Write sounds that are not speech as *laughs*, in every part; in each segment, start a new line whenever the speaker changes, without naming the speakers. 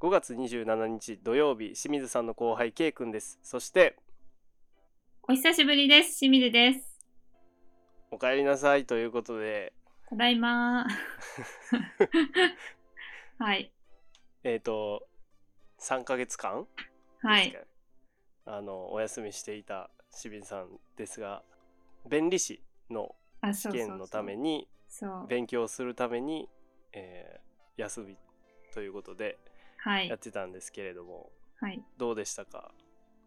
5月27日土曜日清水さんの後輩 K 君ですそして
お久しぶりです。清水です。
お帰りなさいということで
ただいまー。
*laughs*
はい。
えっ、と3ヶ月間
は
です
い。
かねあのお休みしていた清水さんですが弁理士の
あ、
試
そうそうそう
験のため。に
そう。
勉強するために、えー休みということで
は
やっ
い。
てたんですけれども、
はい。
どうでしたか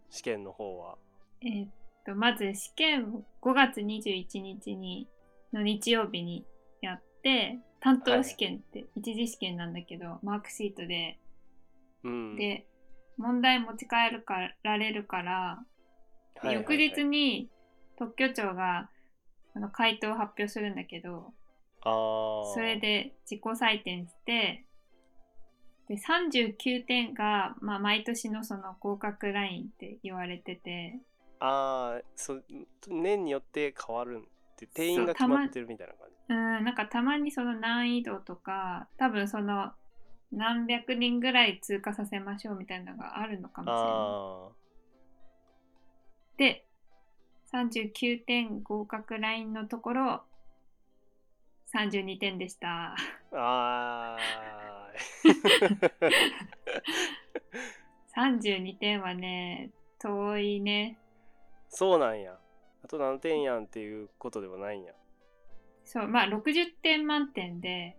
試験の方は
えーっと、まず試験を5月21日に、の日曜日にやって、担当試験って一次試験なんだけど、マークシートで、
うん
で、問題持ち帰るかられるから、
はいはいはい
翌日に特許庁があの回答を発表するんだけど
あー
それで自己採点してで39点が、まあ、毎年のその合格ラインって言われてて
あーそ年によって変わるんって定員が
そ
決
うたま
まってるみたいな感じ
うんなんかたまにその難易度とか多分その何百人ぐらい通過させましょうみたいなのがあるのかもしれない。
あ
で39点合格ラインのところ32点でした。
ーあー
32点はね遠いね
*laughs* そうなんやあと何点やんっていうことではないんや
そうまあ60点満点で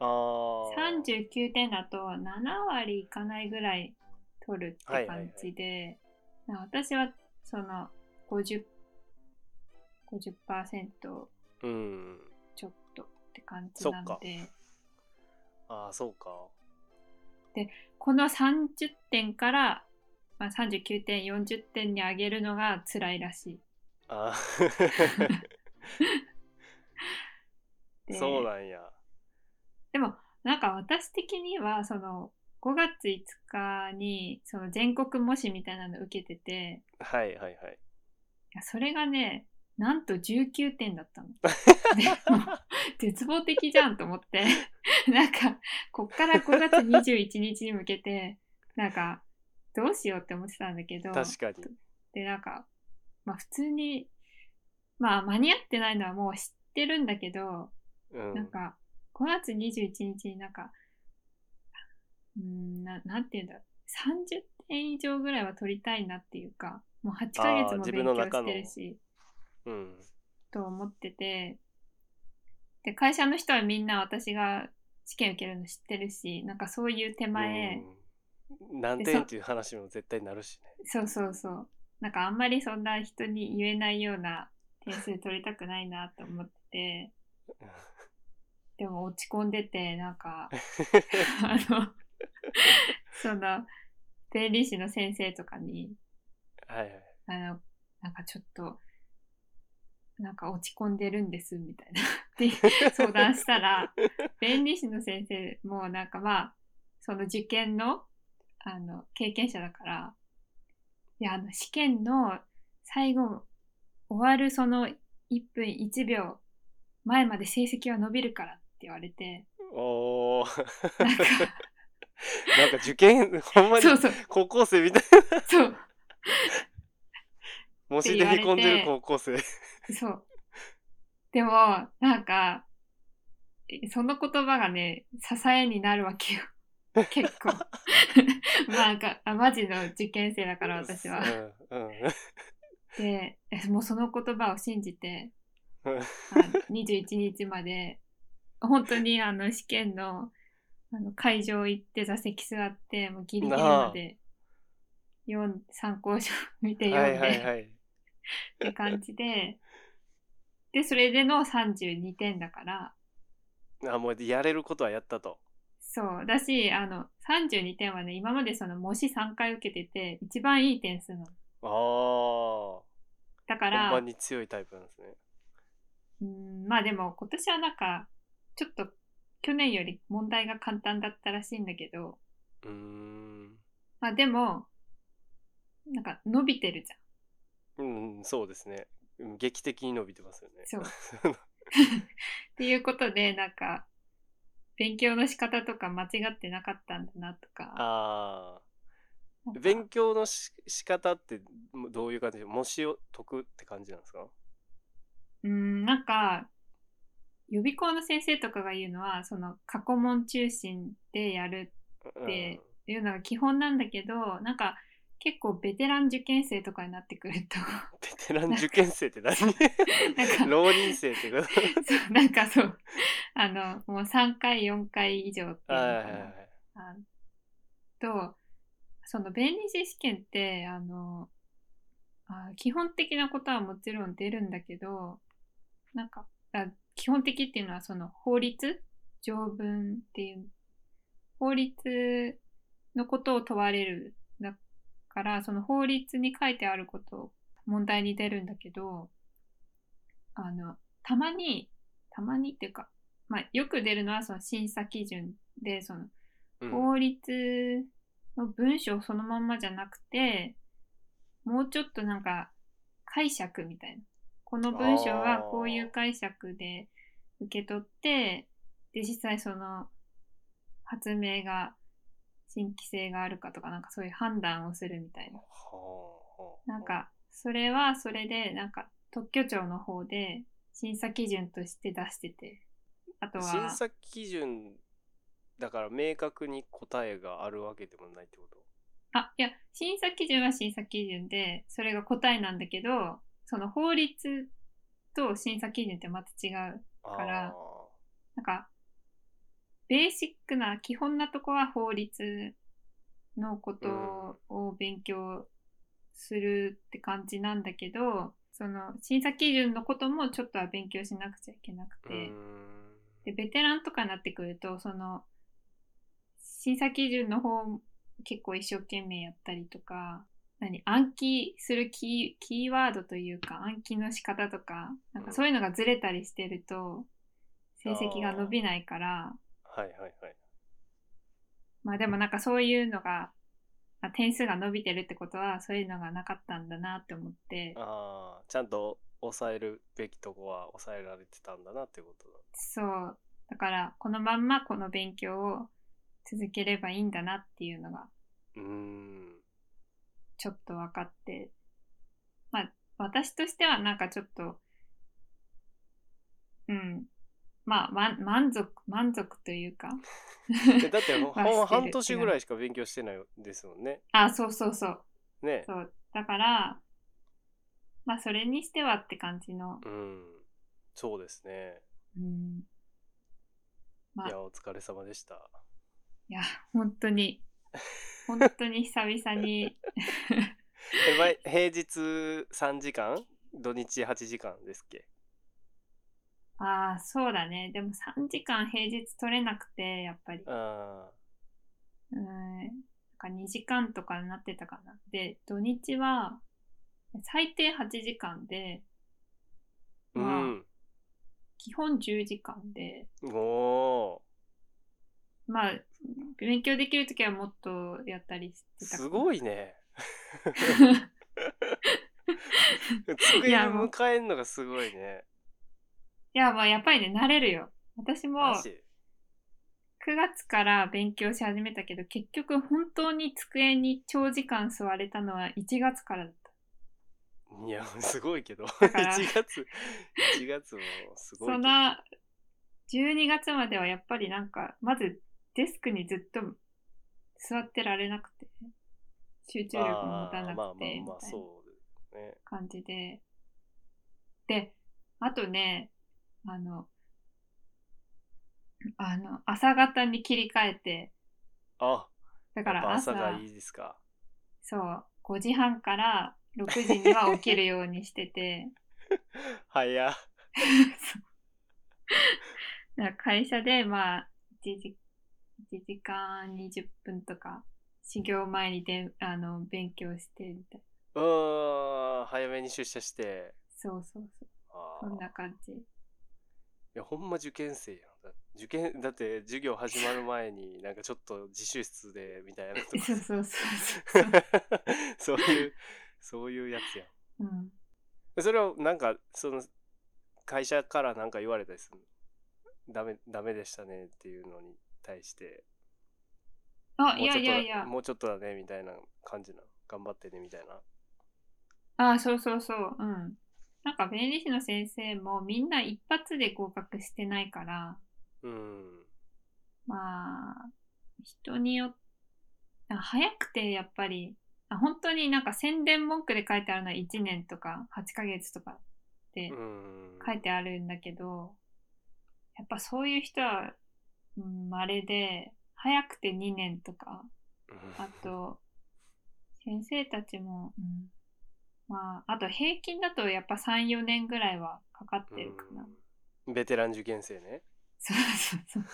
あー
39点だと7割いかないぐらい取るって感じで、私はその 50%, 50%
うん
ちょっとって感じなので
ああそうか
この30点から、まあ、39点40点に上げるのが辛いらし
あ
い。
ー
で
そうなんや
でもなんか私的にはその5月5日にその全国模試みたいなの受けてて
はいはいはい
いやそれがねなんと19点だっ
*laughs*
たの。でもう絶望的じゃんと思って *laughs* なんかこっから5月21日に向けてなんかどうしようって思ってたんだけど
確かに
でなんかまあ普通にまあ間に合ってないのはもう知ってるんだけど
うん
なんか、5月21日になんか、うーんな、なんて言うんだろう。30点以上ぐらいは取りたいなっていうか、もう8ヶ月
あー
も
自
勉
分の中
強し
の
てるし、
うん
と思ってて、で、会社の人はみんな私が試験受けるの知ってるし、なんかそういう手前、
うん、何点っていう話も絶対なるしね
そうそうそう、なんかあんまりそんな人に言えないような点数取りたくないなと思ってて、でも落ち込んでて、なんか、あの、 *laughs* その、弁理士の先生とかに、
はいはい
あの、なんかちょっと、なんか落ち込んでるんです、みたいな、って相談したら、弁理士の先生もなんかまあ、その受験の、あの、経験者だから、いや、あの、試験の最後、終わるその1分1秒前まで成績は伸びるからって言われて、
おお *laughs*
なんか、
なんか受験ほんまに
そうそう、
高校生みたい
そう、
模試でへこんでる高校生
そう。でも、なんか、えその言葉がね、支えになるわ
*laughs*
けよ。結構。 *laughs* なんかあ、マジの受験生だから私は。
うんうん
で、えもうその言葉を信じて、
うん
あ21日まで、本当にあの試験のあの会場行って座席座って、もうギリギリまで読ん、参考書見て
は
読ん
いはい
で
はい
って感じで、で、それでの32点だから、
あもうやれることはやったと
そう。だし、あの、32点はね、今までその模試3回受けてて、一番いい点数なの。
ああ
だか
本
ら、
番に強いタイプなんですね
うん、まあでも今年はなんか、ちょっと去年より問題が簡単だったらしいんだけど、
うーん
まあでも、なんか伸びてるじゃん。
うんそうですねうん劇的に伸びてますよね
そう。っていうことで、なんか、勉強の仕方とか間違ってなかったんだなとか。
あ
な
あ
んか
勉強のし仕方ってどういう感じ模試を解くって感じなんですか
うん、なんか、予備校の先生とかが言うのは、その過去問中心でやるでっていうのが基本なんだけど、なんか結構ベテラン受験生とかになってくる
*laughs*
と、
ベテラン受験生って何
*laughs* なんか、
浪人生ってこと
そうなんかそう、あの、もう3回、4回以上っていう
はい
の
は
か
い
な。あと、その弁理士試験って、あの、あ基本的なことはもちろん出るんだけど、なんか、あ基本的っていうのはその法律条文っていう、法律のことを問われる。だから、その法律に書いてあること、問題に出るんだけど、あの、たまに、たまにっていうか、まあ、よく出るのはその審査基準で、その、
うん
法律の文章そのまんまじゃなくて、もうちょっとなんか解釈みたいな。この文章はこういう解釈で受け取って、で、実際その発明が新規性があるかとか、なんかそういう判断をするみたいな。
はあ
なんか、それはそれで、なんか特許庁の方で審査基準として出してて、あとは。
審査基準だから明確に答えがあるわけでもないってこと
あ、いや、審査基準は審査基準で、それが答えなんだけど、その法律と審査基準ってまた違う。
あ
から
ー
なんか、ベーシックな基本なとこは法律のことを勉強するって感じなんだけど、その審査基準のこともちょっとは勉強しなくちゃいけなく
う
て、
ーん
でベテランとかになってくるとその審査基準の方も結構一生懸命やったりとか何暗記するキーキーワードというか暗記の仕方とかなんかそういうのがずれたりしてると成績が伸びないから
はいはいはい
まあでもなんかそういうのが、まあ、点数が伸びてるってことはそういうのがなかったんだなって思って
ああちゃんと抑えるべきとこは抑えられてたんだなってことだ
そうだからこのまんまこの勉強を続ければいいんだなっていうのが
うーん
ちょっと分かって、まあ、私としてはなんかちょっと、うん、まあ、ま満足、満足というか、
えだってほ
まあして
ほ
る
ん半年ぐらいしか勉強してないですもんね
*laughs* あ、そうそうそう、
ね
そう、だから、まあ、それにしてはって感じの、
うんそうですね
うん、まあ
いやお疲れ様でした
いや、本当に、本当に久々に、
え毎平日3時間土日8時間ですっけ
ああ、そうだね、でも3時間平日取れなくて、やっぱり。
あ
うん、なんか2時間とかになってたかな。で、土日は最低8時間で、
ーう
まあ
ん
基本10時間で、
おー
まあ、勉強できるときはもっとやったりしてた
すご
い
い
*laughs*
ね
い
机
い
に
やもう
迎えるのがすごいね
や、まあ、やっぱりね、慣れるよ。私も
マ
9
ジ
月から勉強し始めたけど、結局本当に机に長時間座れたのは1月からだった。
いやすごいけど
だ
1 *laughs*
から
月1月もすごいけど
そんな12月まではやっぱりなんかまずデスクにずっと座ってられなくて集中力も持たな
あーまあ
く
ま
て
あ
み
まあ
たいな
そうね
感じでであとねあのあの朝方に切り替えて
あ
だ
や
か
っ
ら
ぱ
朝
朝がいいですか
そう5時半から6時には起きるようにしてて
早っ
そう *laughs* だから会社でまあ1時 ,1 時間20分とか修行前にであの勉強してみたいな
うーん早めに出社して
そうそうそう
あ
そ
ー
んな感じ
いやほんま受験生やんだ受験だって授業始まる前になんかちょっと自習室でみたいなと
そう
か
そうそう
*laughs* そ
そう、
ういうそういうやつや
うん、
んそれをなんかその会社からなんか言われたりするダメダメでしたねっていうのに対して
あ、い
もうちょ
や
っと
いやいや
だ。もうちょっとだねみたいな感じなの頑張ってねみたいな
あ、そうそうそう。うん。なんか弁理士の先生もみんな一発で合格してないから、
うん
まあ、人によって、あ早くてやっぱり、あ本当になんか宣伝文句で書いてあるのは1年とか8ヶ月とかって
うん
書いてあるんだけど、やっぱそういう人は、うん、稀で、早くて2年とか、
うん
あと、先生たちも、うん、まあ、あと平均だとやっぱ3、4年ぐらいはかかってるかな。
うんベテラン受験生
*laughs*
ね
そうそうそう。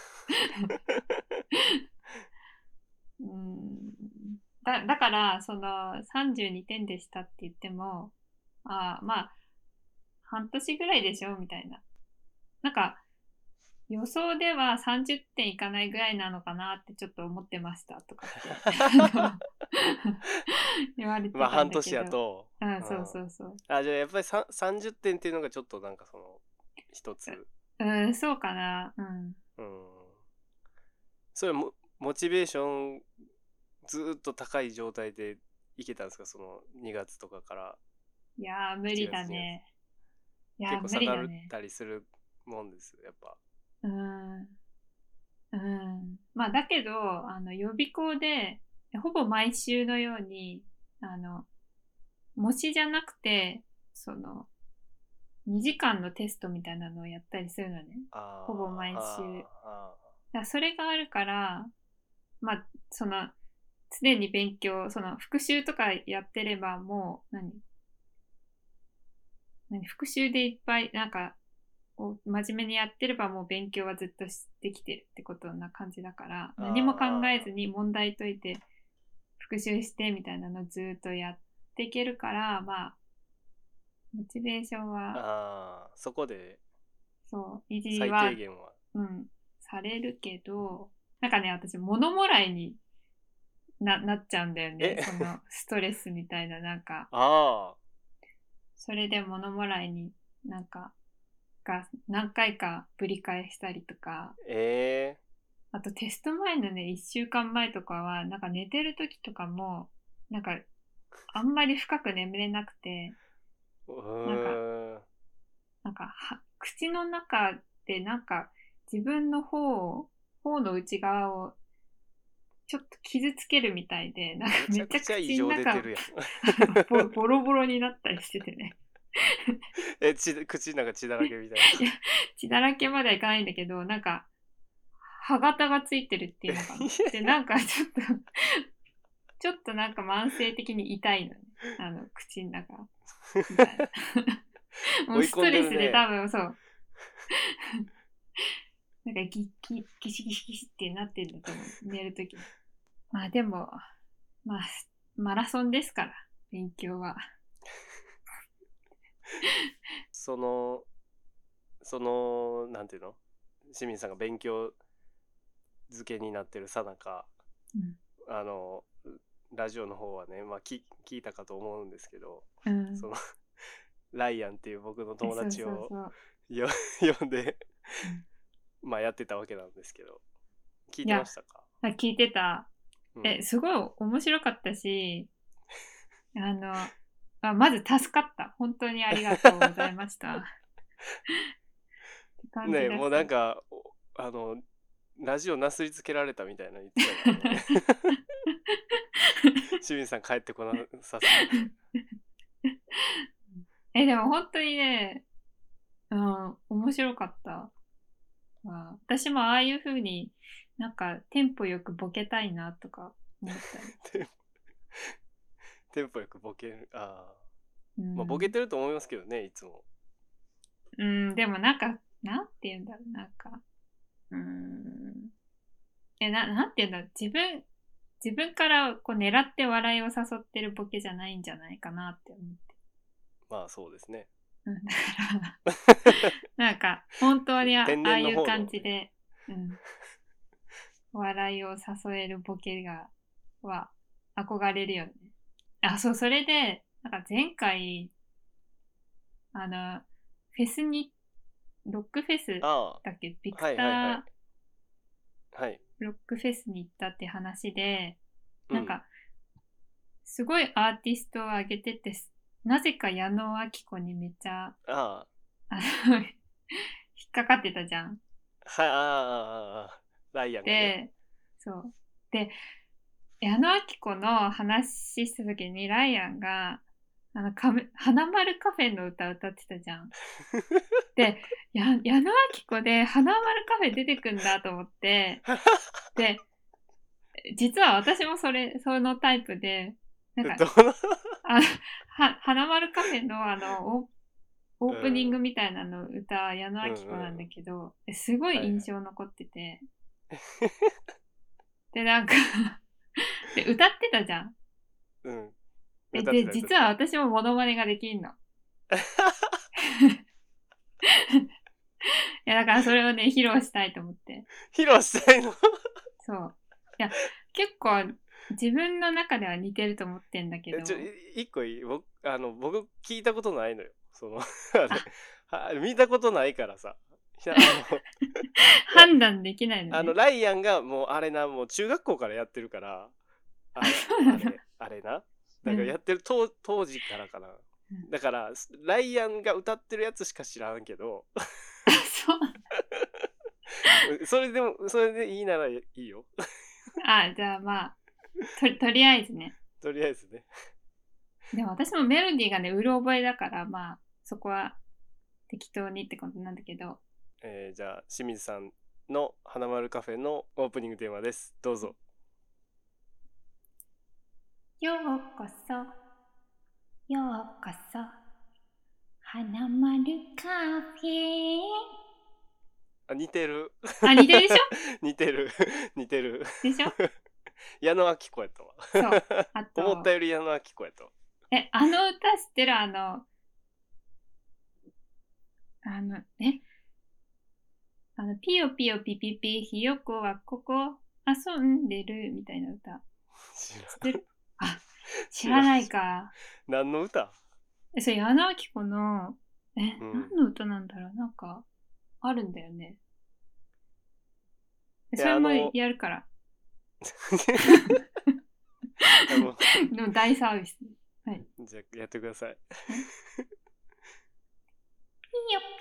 うん、だだから、その32点でしたって言っても、ああまあ、半年ぐらいでしょみたいな。なんか、予想では30点いかないぐらいなのかなってちょっと思ってましたとか
*laughs*
って言われてたんだけど。
まあ半年や。と
うん、そうそうそう。
あじゃあやっぱりさ30点っていうのがちょっとなんかその一つ
うん、そうかな。うん。
うんそれもモチベーションずーっと高い状態でいけたんですかその2月とかから
いやー、無理だね。いや
結構下
ー、無理
が
だね。
ったりするもんですやっぱ
うーん。うーん。まあ、だけど、あの、予備校で、ほぼ毎週のように、あの、模試じゃなくて、その、2時間のテストみたいなのをやったりするのね。
あー
ほぼ毎
あ
週だからそれがあるから、まあ、その、常に勉強、その、復習とかやってれば、もう、何何復習でいっぱい、なんか、を真面目にやってれば、もう勉強はずっとしできてるってことな感じだから、
あー
何も考えずに問題解いて、復習してみたいなのずっとやっていけるから、まあ、モチベーション
ー
は、
あーそこで
そう、維持
最
は
低限は
うん、されるけど、なんかね、私、物もらいにななっちゃうんだよね。
え
そのストレスみたいな、なんか、
あ
それで物もらいになんか、が何回かぶり返したりとか、
ーえ
あとテスト前のね、1週間前とかは、なんか寝てる時とかも、なんか、あんまり深く眠れなくて、
ー、うーん
なんかは、口の中でなんか自分の方を、方の内側をちょっと傷つけるみたいで、なんか
めち
め
ゃ
っちゃ
くちゃ異
口
常
の
出
中
て
を
るやん
ボボロボロになったりしててね。
*laughs* え血口の中血だらけみたい
*laughs*
な
血だらけまではいかないんだけど、なんか、歯型がついてるっていうのかな。で、なんかちょっと、 *laughs* ちょっとなんか慢性的に痛いのね。あの、口の中。みたい
*laughs*
なもう
追い
スト
込んで
レ
るね
スで多分そう。 *laughs* なんかギッギッギシギシギシってなってるんだと思う。寝るとき。まあでも、まあ、マラソンですから、勉強は。
そのそのなんていうの清水さんが勉強漬けになってるさなか
うん
あのラジオの方はね、まあ、き聞いたかと思うんですけど、
うん。
その *laughs* ライアンっていう僕の友達
そうそう
を
そう
よ呼んでまあやってたわけなんですけど聞いてましたか、
あ聞いてた。
うん
え、すごい面白かったし、あの、あまず助かった。本当にありがとうござい
*laughs*
ました。って感じだ
ね
し
もうなんかおあのラジオなすりつけられたみたいなの言ってたから *laughs* ね清水さん帰ってこなさそうで
え、でも本当にね、うん、面白かった。まあ私もああいう風になんかテンポよくボケたいなとか思ったり。
テンポよくボケるああ
うん、
まあ、ボケてると思いますけどねいつも
うん、でもなんか、なんて言うんだろう、なんか、うーん。え、な、なんて言うんだろう、自分、自分からこう狙って笑いを誘ってるボケじゃないんじゃないかなって思って。
まあそうですね
うん、 *laughs* だから、なんか、本当に
*laughs*
あ
天
ああ
然の
い
方の
う感じで、うん。笑いを誘えるボケが、は、憧れるよね。あ、そう、それで、なんか前回、あの、フェスにロックフェスだ
あ
っけビクタ
はいはいは
ー
いあ、はい。
ロックフェスに行ったって話で、
う
なん、か、すごいアーティストを上げてて、なぜか矢野明子にめっちゃ、
ああ、
あの *laughs* 引っかかってたじゃん。
はい、ああああ、ああ、ライアンが、ね。
で、そう。で、矢野明子の話した時にライアンが、あの、カム花丸カフェの歌歌ってたじゃん。で、や矢野明子で花丸カフェ出てくんだと思って、で、実は私もそれ、そのタイプで、なん
ど
か、
の
あは花丸カフェのあの、オオープニングみたいなの歌は矢野明子なんだけど、えすごい印象残ってて、で、なんか *laughs* で、歌ってたじゃん。
うん。
で、
歌って
で
た
実は、私もモノマネができ
*laughs*
んの。いや、だからそれをね、披露したいと思って。
披露したいの。
そう。いや、結構自分の中では似てると思ってんだけど
え、ちょ、い一個いい僕、あの、僕聞いたことないのよ。その、あれ、は見たことないからさ。いやあの
判断できない *laughs* の、ね。
あの、ライアンがもうあれな、もう中学校からやってるから、あれ
うな
あ
の
れあれな。なんかやってる当当時からかな
うん。
だから、ライアンが歌ってるやつしか知らんけど、 *laughs*
そう。
それでも、それでいいならいいよ。 *laughs*
あ、じゃあまあ、ととりあえずね。
とりあえずね。
でも私もメロディーがね、うろ覚えだから、まあ、そこは適当にってことなんだけど、
えーじゃあ、清水さんの花丸カフェのオープニングテーマです。どうぞ。
ようこそ、ようこそ、花丸カフェ。
あ、似てる。
あ、似てるでし
*laughs* 似てる。似てる。
ょでし *laughs* ょ
矢野明子やったわ。
そう。あと、
*laughs* 思ったより矢野明子やったわ。 *laughs*
え、あの歌知ってるあの、あの、えあの、ピヨピヨピピピ、ひよこはここ遊んでるみたいな歌。
知らん
知らないか。
何の歌 *laughs*
え、それ、矢野明子の、え、
うん
何の歌なんだろうなんか、あるんだよね。
い
えそ
や
れも
あの
やるか
あ
ら。
の
でも大サービス。
じゃあやってください。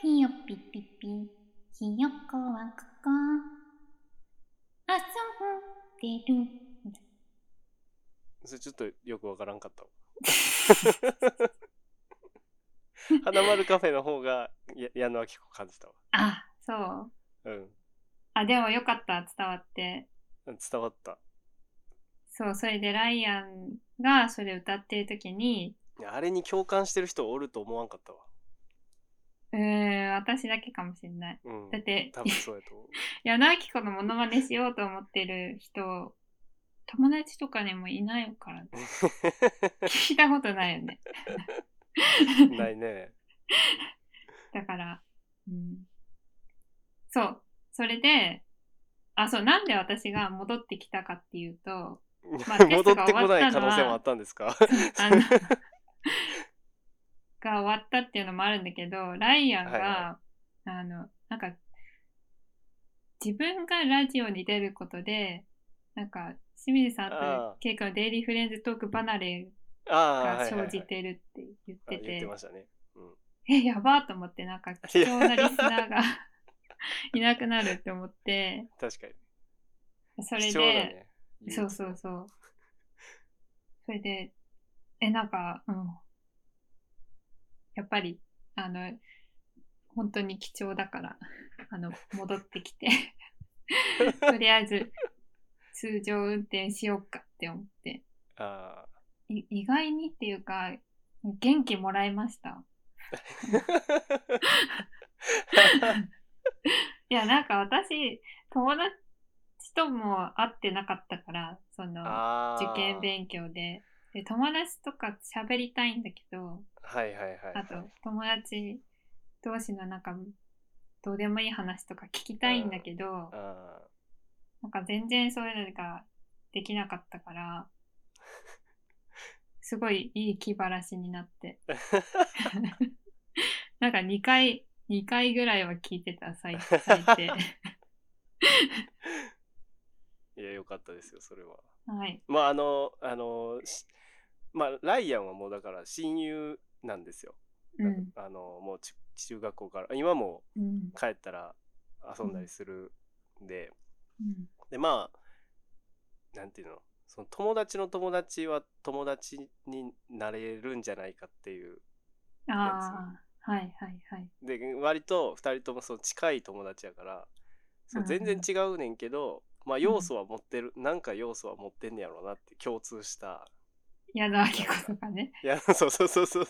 ピヨピヨピピピ、ひよこはここ、遊んでる。
それちょっとよくわからんかったわ。 *laughs* 花丸カフェの方がや矢野明子感じたわ。
あ、そう。
うん。
あ、でもよかった、伝わって。
伝わった。
そう、それでライアンがそれ歌ってる時に、
いやあれに共感してる人おると思わんかったわ。
うーん、私だけかもしれない。
うん
だ。って、
多分そうやと思う。
柳明子のモノマネしようと思ってる人、友達とかにもいないから、聞いたことないよね。 *laughs*
ないね。
だから、うん。そう。それで、あ、そう、なんで私が戻ってきたかっていうと、まあテス
戻
ト
っ
が
て
終わ
こ
ったのは
ない可能性もあったんですか *laughs*
あの、が終わったっていうのもあるんだけど、ライアンが、
はいは
あの、なんか、自分がラジオに出ることで、なんか、清水さんと
ああ
ケイ君のデイリーフレンズトーク離れ
ああ、
が
はいはいは
生
い
じてるって言っ
あ言
て
って
て
ま、したね。
え、やばーと思って、なんか貴重なリスナーが *laughs* いなくなるって思って、
確かに。
それ
貴重だ
で、
ね。唯一
そうそうそう。それで、え、なんか、うん。やっぱり、あの、本当に貴重だから、あの、戻ってきて、とりあえず、通常運転しようかって思って、
あ
い意外にっていうか、元気もらいました。 *laughs* いや、なんか私、友達とも会ってなかったから、その、
あ。
受験勉強でで友達とか喋りたいんだけど
はいはいはいはい。
あと友達同士のなんかどうでもいい話とか聞きたいんだけど
あ
なんか全然そういうのができなかったからすごいいい気晴らしになってなんか2回2回ぐらいは聞いてた、最最
*laughs*
低。
*laughs* いや、よかったですよ、それは。
はい。
まあ、あの、あの、しまあ、ライアンはもうだから親友なんですよ。
うん。
あの、もうち中学校から、今も
うん。
帰ったら遊んだりするんで、
うん
で、まあ、なんていうの、その友達の友達は友達になれるんじゃないかっていう。
ああ、はいはいはい。
で、割と2人ともその近い友達やから、そううん全然違うねんけど、まあ、要素は持ってる、なんか要素は持ってんねやろうなって共通した
矢沢明子とかね。
いや、そうそうそう *laughs* そう。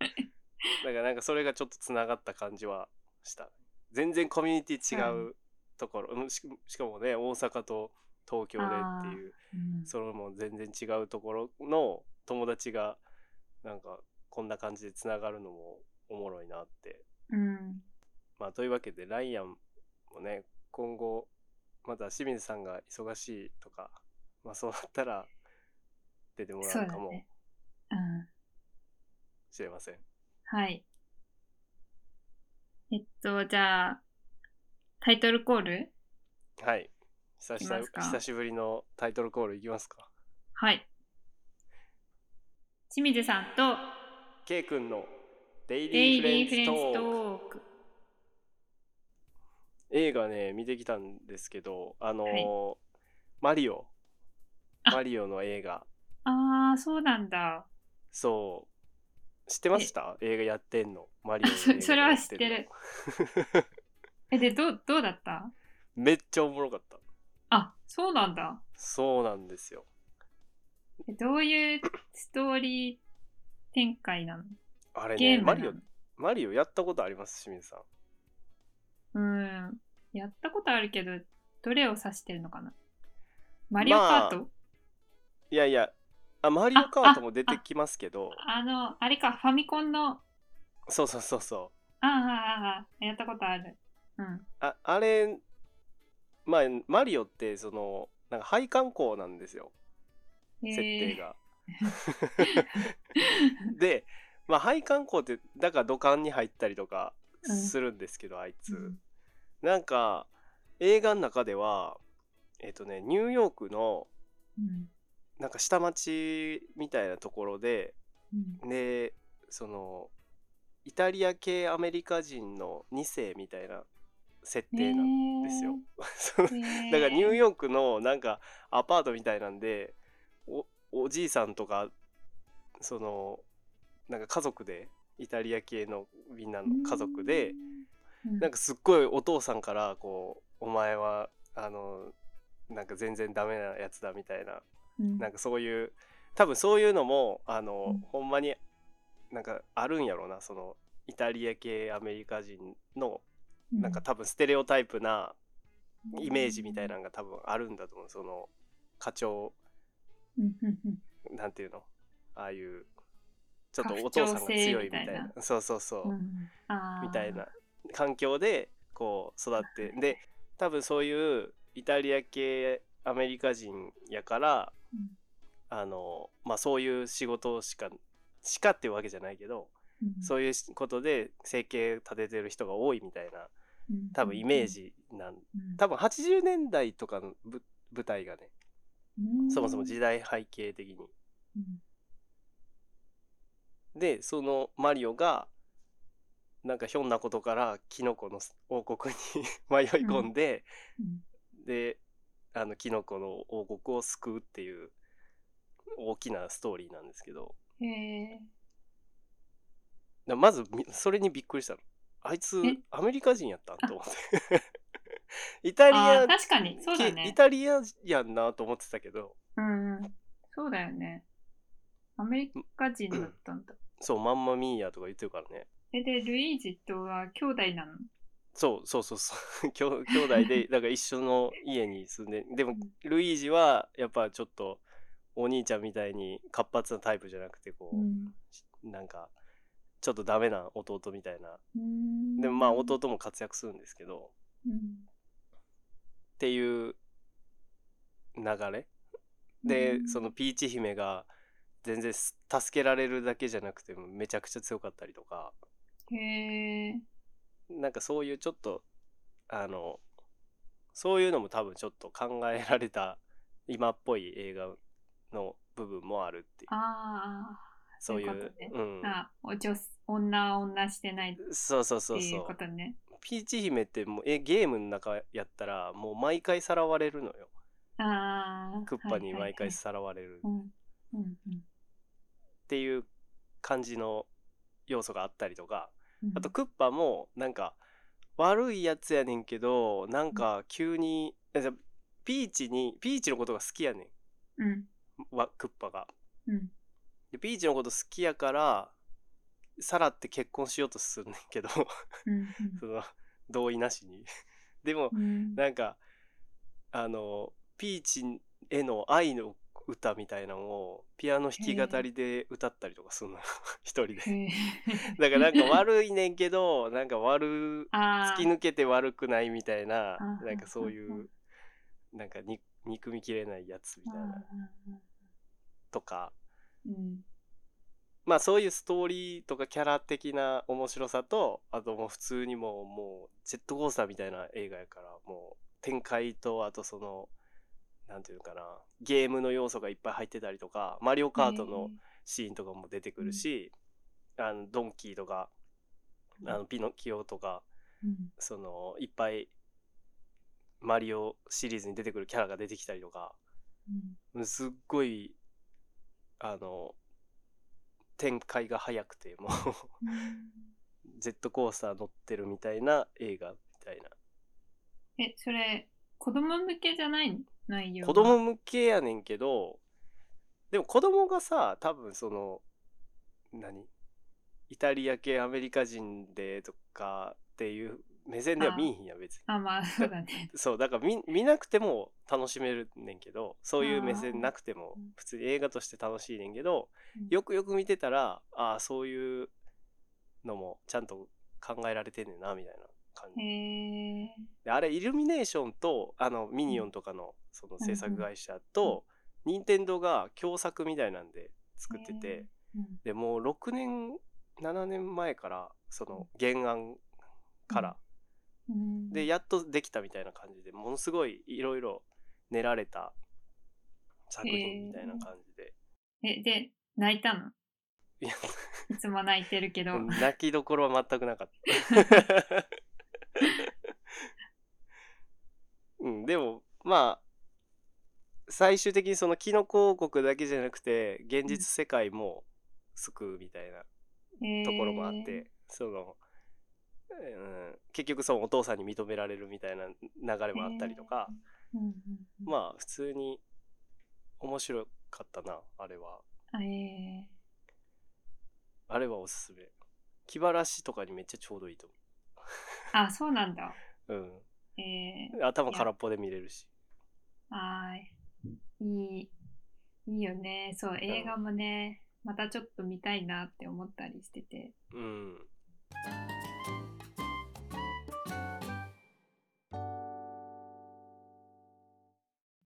だからなんかそれがちょっとつながった感じはした。全然コミュニティ違うところ、うんししかもね、大阪と東京でっていう、
うん
それも全然違うところの友達が、なんかこんな感じでつながるのもおもろいなって。
うん。
まあというわけで、ライアンもね、今後、また清水さんが忙しいとか、まあそうなったら出ても
そ
ら
う
うか
だ
も
ね。うん。
しれません。
はい。えっと、じゃあ、タイトルコール
はい。久し
いきますか
久しぶりのタイトルコールいきますか。
はい。清水さんと
K 君のデイ
デイ
リー
リー
フ
フ
レ
レ
ン
ン
ズト
ズ
ー
ト
ク。
ーク。
映画ね、見てきたんですけど、あのー
は
マリオ。
あ
マリオの映画。
ああ、そうなんだ。
そう。知ってました映画やって
*laughs*
んの。マリオの映画やんの
そそれは知ってる。
*laughs*
え、で、どう、どうだった
めっちゃおもろかった。
あ、そうなんだ。
そうなんですよ。
えどういうストーリー展開なの
あれ
ゲ
ね、
ーム
マ
な
リ
の
オ、マリオやったことあります清水さん。
うん。やったことあるけど、どれを指してるのかなマリオカート、
いやいや、あ、マリオカートも出てきますけど、
あの、あれか、ファミコンの、あ
そうそうそうそう。
あ、ああ、やったことある。うん。
ああれ、まあ、マリオってそのなんか配管工なんですよ
へー
設定が。 *laughs* で、まあ、配管工ってだから土管に入ったりとかするんですけど、あいつ、
うん
なんか映画の中ではえっ、とねニューヨークの
うん
なんか下町みたいなところで
うん
でそのイタリア系アメリカ人の2世みたいな設定なんですよ。 *laughs* その
へー。
*laughs* だからニュー
ー
ヨークのなんかアパートみたいなんでおおじいさんとかそのなんか家族でイタリア系のみんなの家族で、
うん
なんかすっごいお父さんからこう「お前はあのなんか全然ダメなやつだ」みたいな
うん
なんかそういう多分そういうのもあの、
うん
ほんまになんかあるんやろうなそのイタリア系アメリカ人のなんか多分ステレオタイプなイメージみたいなのが多分あるんだと思うその課長
うんうんうん
なんていうのああいうちょっとお父さんが強いみたいな
家父長制みた
そうそうそう、
うんあー
みたいな環境でこう育ってで多分そういうイタリア系アメリカ人やから
うん
あのまあそういう仕事しかしかっていうわけじゃないけど、
うん
そういうことで生計立ててる人が多いみたいな
うん
多分イメージなん
うん
多分80年代とかのぶ舞台がね
うん
そもそも時代背景的に。
うん
で、そのマリオが、なんかひょんなことからキノコの王国に *laughs* 迷い込んで、
うん
で、あのキノコの王国を救うっていう大きなストーリーなんですけど、
へー
なまずみそれにびっくりしたの。あいつ
え
アメリカ人やったんと思って。 *laughs* イタリ
あ
ア
ー、確かにそうだ
イ
ね
タリアやんなと思ってたけど、
うんうんそうだよねアメリカ人だったんだ
そう、まんまミーヤとか言ってるからね。
えでルイージとは兄弟なの
そうそうそうそう *laughs* 兄兄弟
*laughs*
でだから一緒の家に住んででも
うん
ルイージはやっぱちょっとお兄ちゃんみたいに活発なタイプじゃなくてこう、
ん
なんかちょっとダメな弟みたいな
うん
でもまあ弟も活躍するんですけど
うん
っていう流れで、
うん
そのピーチ姫が全然す助けられるだけじゃなくてもめちゃくちゃ強かったりとか
へえ。
なんかそういうちょっとあのそういうのも多分ちょっと考えられた今っぽい映画の部分もあるっていう
ああ、
そうい
そういう
う
ことね
うん
あ、お女子女女してないっ
そうそう
て
そう
い
そう
ことね。
うピーチ姫ってもうえゲームの中やったらもう毎回さらわれるのよ
ああ。
クッパに毎回
はい
さらわれる
はいはいうんうんうん
っていう感じの要素があったりとか
うん
あとクッパもなんか悪いやつやねんけどなんか急にえじゃあピーチにピーチのことが好きやね
うん
んわクッパが
うん
でピーチのこと好きやからサラって結婚しようとするねん
*laughs*
けど *laughs*
うん
その同意なしにでも
うん
なんかあのピーチへの愛の歌みたいなのをピアノ弾き語りで歌ったりとかするのよ *laughs* 一人で
へえ。
だからなんか悪いねんけどなんか悪
*laughs* ああ。
突き抜けて悪くないみたいな
あー
なんかそう
うんう
いうなんかに憎みきれないやつみたいなとか
うん
まあそういうストーリーとかキャラ的な面白さとあともう普通にもうもうジェットコースターみたいな映画やからもう展開とあとそのなんていうのかなゲームの要素がいっぱい入ってたりとかマリオカートのシーンとかも出てくるし、あのドンキーとかあのピノキオとか
うん
そのいっぱいマリオシリーズに出てくるキャラが出てきたりとか
うん
すっごいあの展開が早くてもう *laughs*
うん
ジェットコースター乗ってるみたいな映画みたい
え、それ、子供向けじゃないの内容
な子
は
供向けやねんけどでも子供がさ多分その何イタリア系アメリカ人でとかっていう目線では見えへんやん別に
あ、まあ、そうだね。
そうだから見見なくても楽しめるねんけどそういう目線なくても
あー
普通に映画として楽しいねんけどよ
く、
くよく見てたらああそういうのもちゃんと考えられてんねんなみたいな感
へ
じ
え。
であれイルミネーションとあのミニオンとかのその制作会社と任天堂が共作みたいなんで作ってて
うん
でもう6年7年前からその原案から
うん
でやっとできたみたいな感じでものすごいいろいろ練られた作品みたいな感じで、
え、で、泣いたの
いや
いつも泣いてるけど。
泣きどころは全くなか
*laughs*
った。うん、でもまあ最終的にそのキノコ王国だけじゃなくて現実世界も救うみたいなところもあって、
へ
その、うん、結局そのお父さんに認められるみたいな流れ
ー
もあったりとか、。
うんうんうん
まあ普通に面白かったなあれは
あ、え
あれはおすすめ気晴らしとかにめっちゃちょうどいいと
ーあ、そうなんだ。
思う、
えー
うん、頭空っぽで見れるし
はーい。いい、いいよね。そう、映画もね、またちょっと見たいなって思ったりしてて。
うん